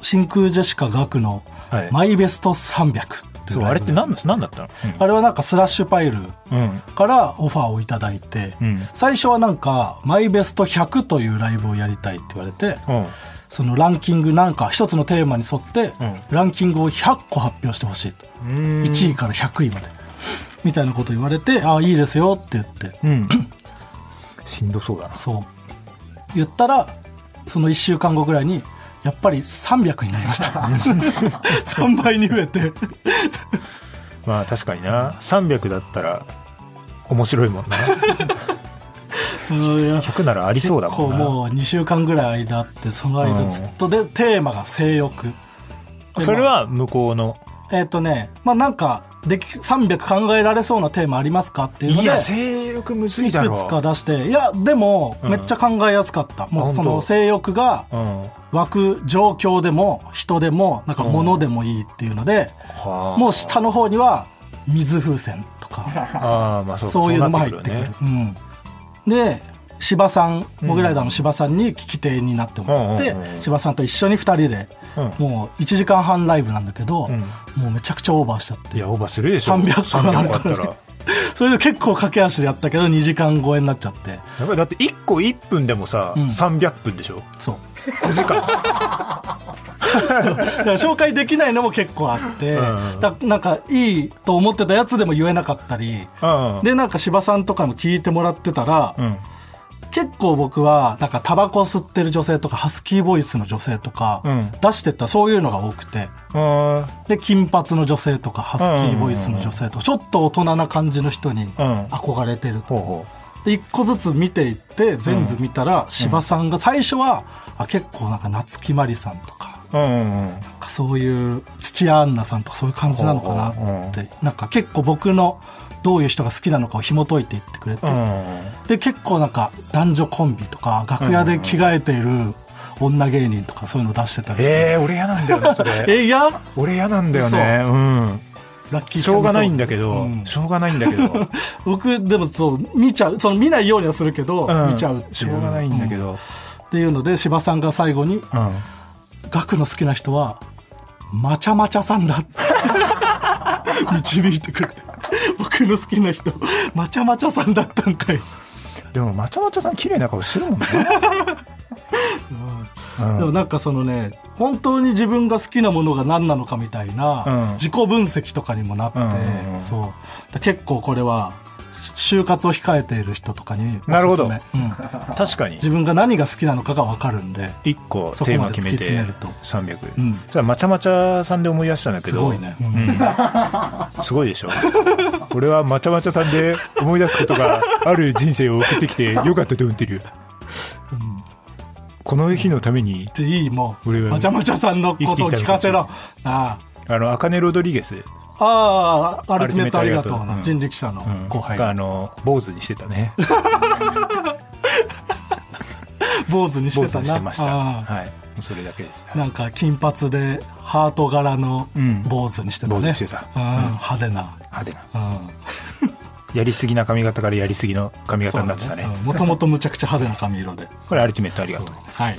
S3: 真空ジェシカ学の
S2: はい
S3: 「マイベスト300」ってい
S2: そうう
S3: ライブ
S2: あれって何なんだったの
S3: あれはなんかスラッシュパイル
S2: うん、うん
S3: からオファーをいただいて、
S2: うん
S3: 最初はなんか「マイベスト100」というライブをやりたいって言われて
S2: うん
S3: そのランキングなんか一つのテーマに沿って、
S2: うん
S3: ランキングを100個発表してほしいと1位から100位までみたいなこと言われて「ああいいですよ」って言って
S2: うんしんどそうだな
S3: そう言ったらその1週間後ぐらいにやっぱり300になりました 3倍に増えて
S2: まあ確かにな300だったら面白いもんな
S3: うんいや
S2: 100ならありそうだも
S3: こうん
S2: な
S3: もう2週間ぐらい間あってその間ずっとで、テーマが性欲
S2: それは向こうの
S3: えっ、とねまあなんかでき300考えられそうなテーマありますかっていうの
S2: い
S3: で
S2: や性欲むずい
S3: い
S2: だ
S3: く
S2: ろ
S3: つか出していやでもめっちゃ考えやすかった、もうそ
S2: あ本
S3: の
S2: 当
S3: 性欲が
S2: うんは
S3: 湧く状況でも人でもなんか物でもいいっていうので、
S2: あ
S3: もう下の方には水風船 とか
S2: ああまあそうか
S3: そういうのも入っ
S2: そ
S3: て
S2: う
S3: く
S2: な
S3: る
S2: ってく
S3: うん、で芝さんモグライダーの芝さんに聞き手になってもらって、
S2: うんうんうんうん
S3: 芝さんと一緒に2人で、
S2: う
S3: もう1時間半ライブなんだけど、
S2: ん
S3: もうめちゃくちゃオーバーしちゃって
S2: いやオーバーするでしょ
S3: 300個ある
S2: 300あった
S3: から
S2: らや
S3: それで結構駆け足でやったけど2時間超えになっちゃって
S2: っぱりだって1個1分でもさ、
S3: ん
S2: 300分でしょ
S3: そう
S2: 5時間
S3: だから 紹介できないのも結構あって、
S2: うんうん
S3: だなんかいいと思ってたやつでも言えなかったり、
S2: うん
S3: でなんか芝さんとかも聞いてもらってたら、
S2: うん
S3: 結構僕はなんかタバコ吸ってる女性とかハスキーボイスの女性とか、
S2: うん
S3: 出してったそういうのが多くて
S2: あ
S3: で金髪の女性とかハスキーボイスの女性とか、ちょっと大人な感じの人に
S2: ん
S3: 憧れてる
S2: ほうほ
S3: で一個ずつ見ていって全部見たら芝さんが最初は、あ結構なんか夏木マリさんとか。
S2: ううんうんうん
S3: なんかそういう土屋アンナさんとかそういう感じなのかなって、なんか結構僕のどういう人が好きなのかを紐解いていってくれて、
S2: うん
S3: で結構なんか男女コンビとか楽屋で着替えている女芸人とかそういうの出してたりして、
S2: えー、俺嫌なんだよなそれ
S3: えいや
S2: 俺嫌なんだよね
S3: ラッキ
S2: う
S3: ー
S2: んしょうがないんだけど、
S3: うん
S2: しょうがないんだけど
S3: 僕でもそう見ちゃうその見ないようにはするけど、
S2: うん
S3: 見ちゃうっていう
S2: しょうがないんだけど、
S3: うんっていうので柴さんが最後に
S2: うん
S3: 「ガクの好きな人はまちゃまちゃさんだ」 って導いてくれて僕の好きな人まちゃまちゃさんだったんかい、
S2: でもまちゃまちゃさん綺麗な顔してるもんね
S3: でもなんかそのね本当に自分が好きなものが何なのかみたいな
S2: うん
S3: 自己分析とかにもなって、
S2: うんうんうん
S3: そうだ結構これは就活を控えている人とかにおすすめ
S2: なるほど
S3: うん
S2: 確かに
S3: 自分が何が好きなのかが分かるんで
S2: 1個
S3: そこ
S2: テー
S3: ま
S2: マ
S3: で
S2: 決
S3: 突
S2: め
S3: き
S2: て
S3: 詰めると
S2: 300、
S3: うん
S2: それはまちゃまちゃさんで思い出したんだけ
S3: す
S2: ど
S3: ごいね、うん
S2: すごいでしょ俺はまちゃまちゃさんで思い出すことがある人生を送ってきてよかったと思ってるよ、この日のために
S3: でいいもう
S2: 俺は
S3: まちゃまちゃさんのことを聞かせろあ
S2: あのアカネ・ロドリゲス、
S3: あああアルティメットありがとう
S2: アルティメットありがとううん
S3: 人力車の
S2: うん
S3: 後輩
S2: があの坊主にしてたね
S3: 坊主に し
S2: 坊
S3: て
S2: 主
S3: た
S2: にして
S3: な
S2: ました
S3: ああ
S2: はいもうそれだけです
S3: なんか金髪でハート柄の
S2: うん
S3: 坊主にしてたね、
S2: 坊主にしてた
S3: うん派手な、
S2: 派手な
S3: うん、
S2: やりすぎな髪型からやりすぎの髪型になってたね
S3: もともとむちゃくちゃ派手な髪色で
S2: これアルティメットありがとう
S3: はい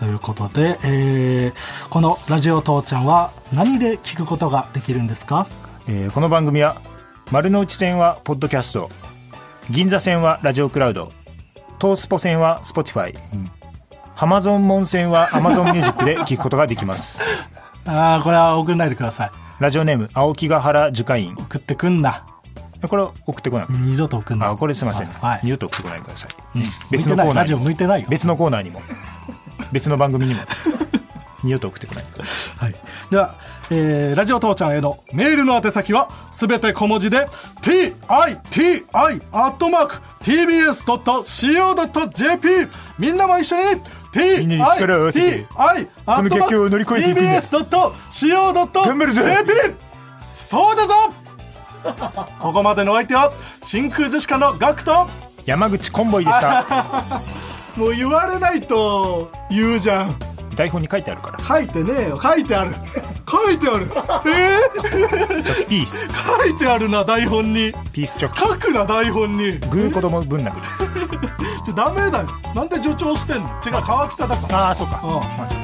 S3: ということで、えーこの「ラジオ父ちゃん」は何で聞くことができるんですか
S2: えーこの番組は丸の内線はポッドキャスト銀座線はラジオクラウド東スポ線は Spotify、ハマゾン門線はアマゾンミュージックで聞くことができます
S3: ああこれは送んないでください
S2: ラジオネーム青木ヶ原樹海院
S3: 送ってくんな
S2: これ送ってこなくて
S3: 二度と送んな
S2: あこれすいません、
S3: はい、
S2: 二度と送ってこないでください、
S3: 別
S2: 別
S3: の
S2: のコー
S3: コーナ
S2: ナ
S3: ラジオ
S2: ー
S3: 向い
S2: に
S3: てないよ。
S2: 別のコーナーにも別の番組にも二度と送ってこない
S3: はい。では、えーラジオ父ちゃんへのメールの宛先はすべて小文字で t i t i アットマーク t b s ドット c o ドット j p みんなも一緒に
S2: み
S3: t
S2: ん
S3: i
S2: なに力を合わせ
S3: t
S2: て
S3: i ア
S2: こ
S3: ッ
S2: の
S3: トマ
S2: 逆境を乗
S3: ー
S2: り
S3: ク
S2: 越えてい
S3: t
S2: く
S3: b
S2: んだ
S3: s ドット c o ドット
S2: 頑張る
S3: j
S2: ぞ
S3: p そうだぞ。ここまでのお相手は真空ジェシカのガクト
S2: 山口コンボイでした。
S3: もう言われないと言うじゃん
S2: 台本に書いてあるから。
S3: 書いてねえよ書いてある書いてあるえ
S2: ちょっとピース。
S3: ー、書いてあるな台本に
S2: ピースチョキ。
S3: 書くな台本に
S2: グー子供ぶん殴り。
S3: ちょダメだよなんで助長してんの違う川北だから
S2: ああ、そうか。
S3: うん
S2: 間違えた